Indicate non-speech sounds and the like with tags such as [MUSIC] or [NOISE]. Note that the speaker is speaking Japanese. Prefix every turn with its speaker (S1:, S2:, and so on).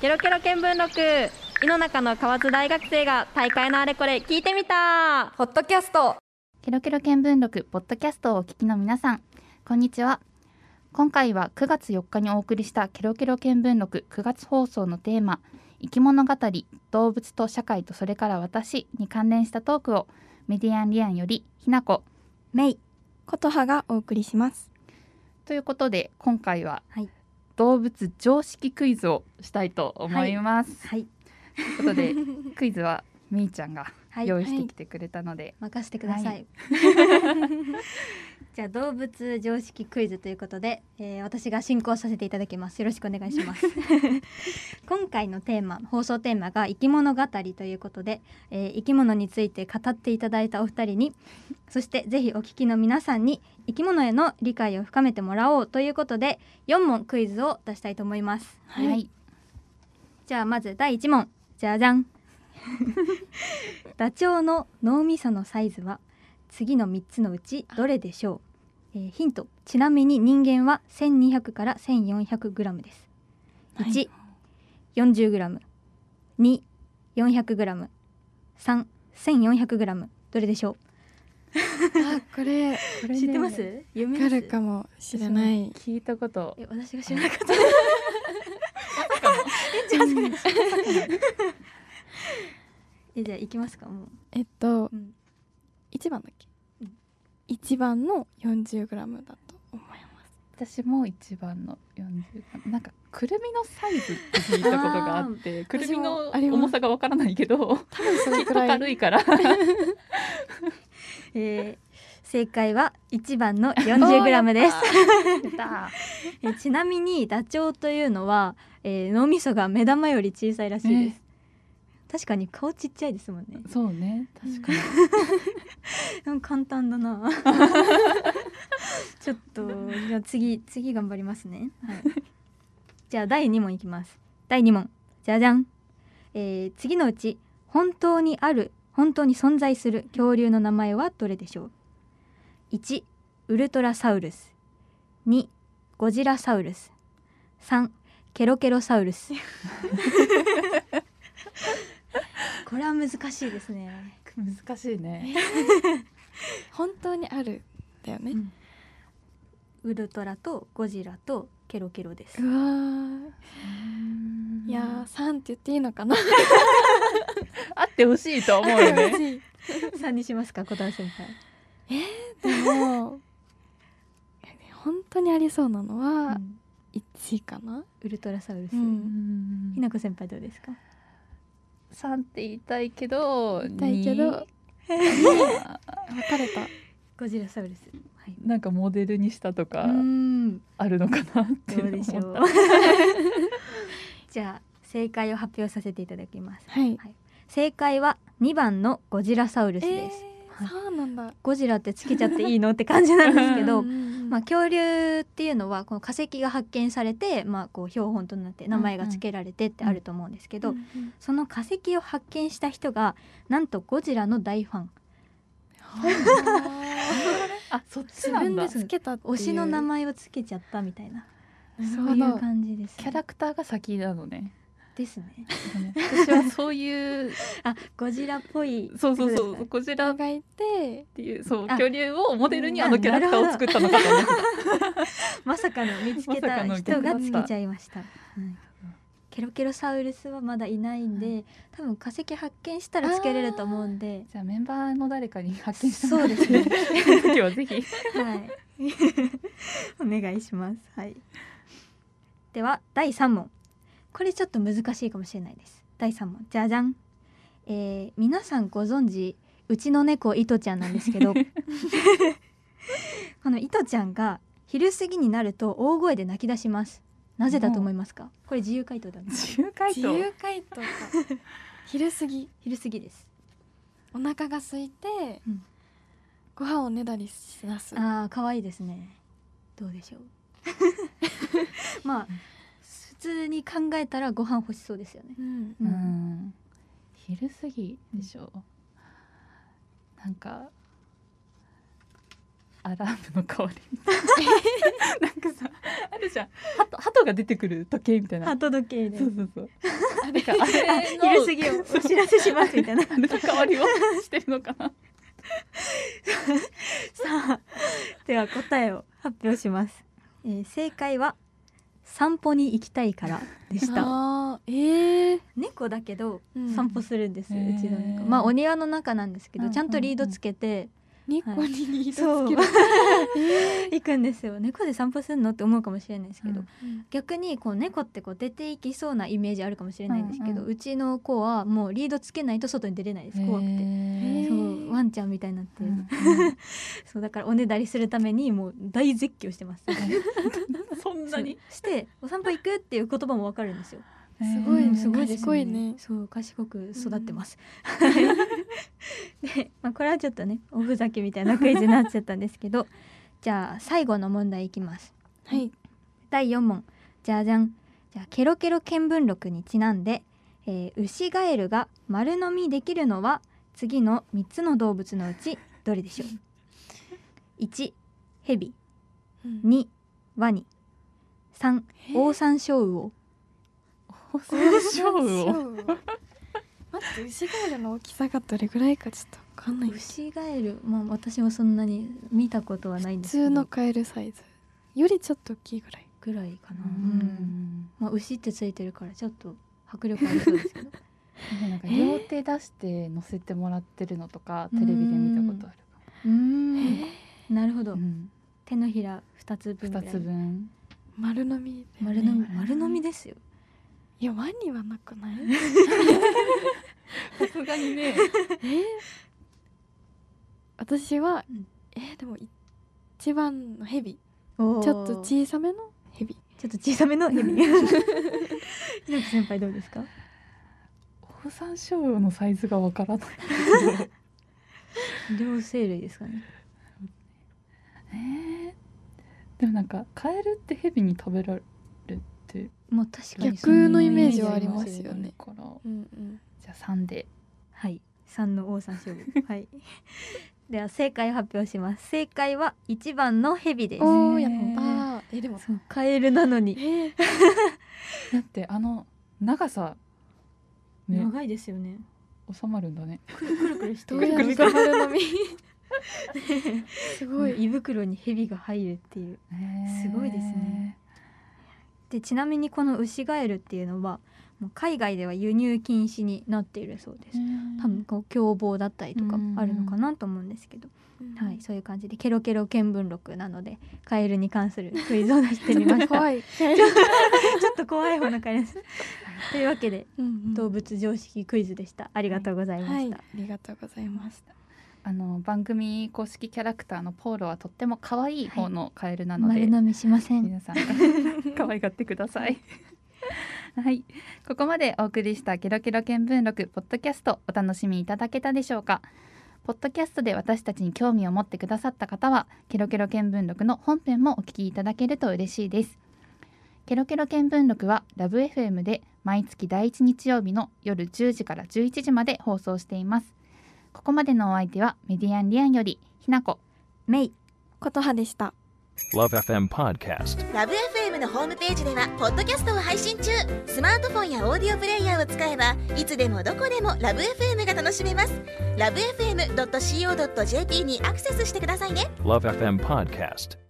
S1: ケロケロ見聞録井の中の河津大学生が大会のあれこれ聞いてみた
S2: ポッドキャスト
S3: ケロケロ見聞録ポッドキャストをお聞きの皆さんこんにちは今回は9月4日にお送りしたケロケロ見聞録9月放送のテーマ生き物語動物と社会とそれから私に関連したトークをメディアンリアンよりひなこ
S4: メイ琴葉がお送りします
S3: ということで今回は、
S4: はい
S3: 動物常識クイズをしたいと思います、
S4: はい
S3: ということでクイズはみーちゃんが
S4: はい
S3: 用意してきてくれたので、
S4: 任せてください、
S3: は
S4: [LAUGHS] じゃあ動物常識クイズということで、えー私が進行させていただきますよろしくお願いします今回のテーマ放送テーマが生き物語ということで、えー生き物について語っていただいたお二人にそしてぜひお聞きの皆さんに生き物への理解を深めてもらおうということで4問クイズを出したいと思います
S3: はい
S4: じゃあまず第一問じゃじゃんダチョウの脳みそのサイズは次の3つのうちどれでしょう、えーヒントちなみに人間は1200から 1400g です
S2: はい
S4: 1 40 g 2 400 g 3 1400 g どれでしょ
S2: あこれ
S3: これ
S4: う
S3: ね
S4: 知ってます読み
S2: わか
S4: ま
S2: る
S4: す
S2: かもしれない
S3: 聞いたこと
S4: え私が知らなかったえじゃあ行きますかもう
S2: えっと、
S4: うん
S2: 一番だっけ、
S4: うん
S2: 一番の 40g だと思いま
S3: 私も一番の40なんかくるみのサイズって聞いたことがあってくるみの
S2: 私もあります
S3: 重さがわからないけど
S2: す多分そ
S3: き
S2: れ
S3: っ
S2: く
S3: と
S2: [LAUGHS] らい
S3: 軽いから
S4: えー正解は1番の 40g です [LAUGHS] えちなみにダチョウというのは、えー脳みそが目玉より小さいらしいです、確かに顔ちっちゃいですもんね
S3: そうね確かに
S4: うん簡単だなちょっとじゃあ次次頑張りますね、はい、じゃあ第2問いきます第2問じゃじゃん、えー次のうち本当にある本当に存在する恐竜の名前はどれでしょう1ウルトラサウルス2ゴジラサウルス3ケロケロサウルスこれは難しいですね
S3: 難しいね
S2: 本当にあるだよね、
S4: うんウルトラとゴジラとケロケロです
S2: う。わーいやー3って言っていいのかな
S3: あってほしいと思うよね
S4: [LAUGHS] 三にしますか、小田先輩。
S2: [LAUGHS] でも本当にありそうなのは
S4: うん
S2: 1位かな、
S4: ウルトラサウルス。
S2: うん
S4: ひなこ先輩どうですか。
S3: 3って言いたいけど
S2: だいけど
S3: に
S2: 分かれた
S4: ゴジラサウルス。はい。
S3: なんかモデルにしたとか
S4: うん、
S3: あるのかなって
S4: どうでしょ
S3: 思っ
S4: う
S3: た。
S4: [LAUGHS] じゃあ、正解を発表させていただきます。
S2: はい
S4: 正解は二番のゴジラサウルス
S2: え
S4: です。
S2: ー、そうなんだ
S4: ゴジラってつけちゃっていいのって感じなんですけど
S2: うん。うん
S4: まあ、恐竜っていうのはこの化石が発見されて、まあ、こう標本となって名前が付けられてってあると思うんですけど、
S2: うんうん
S4: その化石を発見した人がなんとゴジラの大ファン
S2: [LAUGHS]
S3: あそっち
S2: 自
S3: なん
S2: 分
S3: だ
S2: で。つけたっていう
S4: 推しの名前をつけちゃったみたいな
S2: なる
S4: そう
S2: ほ
S4: い
S2: ど
S4: う感じです、ね、
S3: キャラクターが先なのね。
S4: ですね
S3: 私はそういう
S4: あゴジラっぽい
S3: そうそう
S4: そう
S3: そ
S4: です
S3: うこちらっ
S2: がいて
S3: ていうそう
S4: あ
S3: 恐竜をモデルにあ
S4: な
S3: のキャラクターを作ったのかと思ってた。
S4: [LAUGHS] まさかの見つけ
S3: [LAUGHS] まさ
S4: た
S3: かの
S4: 人がつけちゃいました、はいケロケロサウルスはまだいないんで、多分化石発見したらつけれると思うんで
S3: [LAUGHS] じゃあメンバーの誰かに発見しても
S4: そう
S3: らって
S4: ですね
S3: 時はぜひ。 [LAUGHS]
S4: はい [LAUGHS] お願いしますはいでは第3問これちょっと難しいかもしれないです第3問じゃじゃん、えー、皆さんご存知うちの猫いとちゃんなんです [LAUGHS] けどこのいとちゃんが昼過ぎになると大声で泣き出しますなぜだと思いますかこれ自由回答だね
S3: 自由回
S2: 自
S3: 答。
S2: 由回 [LAUGHS] 答か昼過ぎ
S4: 昼過ぎです
S2: お腹が空いて、
S4: うん
S2: ご飯をねだりしだす
S4: ああ可愛いですねどうでし [LAUGHS] ょうまあ普通に考えたらご飯欲しそうですよね
S2: うん
S3: うん昼過ぎでしょう。なんかアラームの代わりみたい [LAUGHS] ななんかさあるじゃん鳩鳩が出てくる時計みたいな
S4: ハート時計で
S3: そうそうそうあれかあれの
S4: 昼過ぎを [LAUGHS] お知らせしますみたいな [LAUGHS] さ
S3: あれの代わりをしてるのかな
S4: あでは答えを発表します、えー正解は散歩に行きたいからでした
S2: あーええ
S4: 猫だけど
S2: うん
S4: 散歩するんです、
S3: へー
S4: うちの猫まあお庭の中なんですけど、
S3: うん
S4: ちゃんとリードつけて
S2: 猫にリー
S4: そ
S2: ド
S4: う
S2: つける、
S4: 行くんですよ猫で散歩するのって思うかもしれないですけど、
S3: うん
S4: 逆にこう猫ってこう出ていきそうなイメージあるかもしれないんですけど、
S3: うん
S4: う
S3: うん
S4: ちの子はもうリードつけないと外に出れないです怖くて
S3: へー
S4: そうワンちゃんみたいになって、
S3: うん
S4: そうだからおねだりするためにもう大絶叫して
S2: [LAUGHS]
S4: ます
S3: うん [LAUGHS] そんなに
S4: そうしてお散歩行くっていう言葉もわかるんですよ
S2: すごいね
S4: うん
S2: すごいです
S4: よ
S2: 賢いね
S4: そう賢く育ってます、 [LAUGHS] で、まあ、これはちょっとねおふざけみたいなクイズになっちゃったんですけど [LAUGHS] じゃあ最後の問題いきます
S2: はい
S4: 第4問じゃじゃんじゃあケロケロ見聞録にちなんで、えー、ウシガエルが丸飲みできるのは次の3つの動物のうちどれでしょう1ヘビ
S2: うん
S4: 2ワニ3オオサンショウウオ
S3: 放送ショーを
S2: [LAUGHS] 待って牛ガエルの大きさがどれぐらいかちょっとわかんない
S4: ウシガエルまあ私もそんなに見たことはないん
S2: 普
S4: ですけど
S2: 通のカエルサイズよりちょっと大きいぐらい
S4: ぐらいかな、
S3: う
S4: うん
S3: ん
S4: まあ、牛ってついてるからちょっと迫力ありそうですけど
S3: でもなんか両手出して乗せてもらってるのとかテレビで見たことあるか
S4: [LAUGHS] うーんなるほど、
S3: もうん
S4: 手のひら2つ分ぐ
S3: 二
S4: らい
S3: つ分
S2: 丸飲みだよ
S4: 丸
S2: ね
S4: 飲み丸飲みですよ
S2: いやワニはなくない
S3: さすがに
S2: [LAUGHS]
S3: ね
S2: 私は
S4: うん
S2: えーでも一番のヘビ
S4: ちょ
S2: ちょっと小さめのヘビ
S4: ちょっと小さめのヘビ
S2: [LAUGHS]
S4: ひろき先輩どうですか
S3: オオサンショウウオのサイズがわからない
S4: 両生類ですかね
S3: えーでもなんかカエルってヘビに食べられるって
S4: もう確かにそんな
S2: 逆のイメージはありますよね
S3: から
S2: うんうん
S3: じゃあ三で
S4: はい3の王さん勝負 [LAUGHS] はいでは正解発表します正解は1番のヘビです
S2: おーやったーえでも
S4: そうカエルなの
S2: え
S4: に
S2: ー
S3: だってあの長さね
S4: 長いですよね
S3: 収まるんだね
S4: くるくるして
S2: ど
S4: る
S2: うやって丸飲みすごい
S4: 胃袋にヘビが入るっていう [LAUGHS] すごいですねでちなみにこのウシガエルっていうのはもう海外では輸入禁止になっているそうです多分こう凶暴だったりとかあるのかなと思うんですけど、はい、そういう感じでケロケロ見聞録なのでカエルに関するクイズを出してみました [LAUGHS]
S2: 怖
S4: ち
S2: い
S4: ょっと怖い方のカエルですというわけで動
S2: 物
S4: 物常識クイズでしたありがとうございました、
S2: はいありがとうございます
S3: あの番組公式キャラクターのポーロはとっても可愛い方のカエルなの
S4: 丸
S3: で、
S4: 飲みしません
S3: 皆さん可愛がってください [LAUGHS] はいここまでお送りした「ケロケロ見聞録」ポッドキャストお楽しみいただけたでしょうかポッドキャストで私たちに興味を持ってくださった方は「ケロケロ見聞録」の本編もお聞きいただけると嬉しいですケロケロ見聞録はラブ f m で毎月第1日曜日の夜10時から11時まで放送していますここまでのお相手はメディアンリアンよりひなこ
S4: メイ
S2: ことはでした
S5: Love FM Podcast.
S6: ラブ f m のホームページではポッドキャストを配信中スマートフォンやオーディオプレイヤーを使えばいつでもどこでもラブ f m が楽しめますラブ FM.co.jp にアクセスしてくださいね
S5: Love FM Podcast.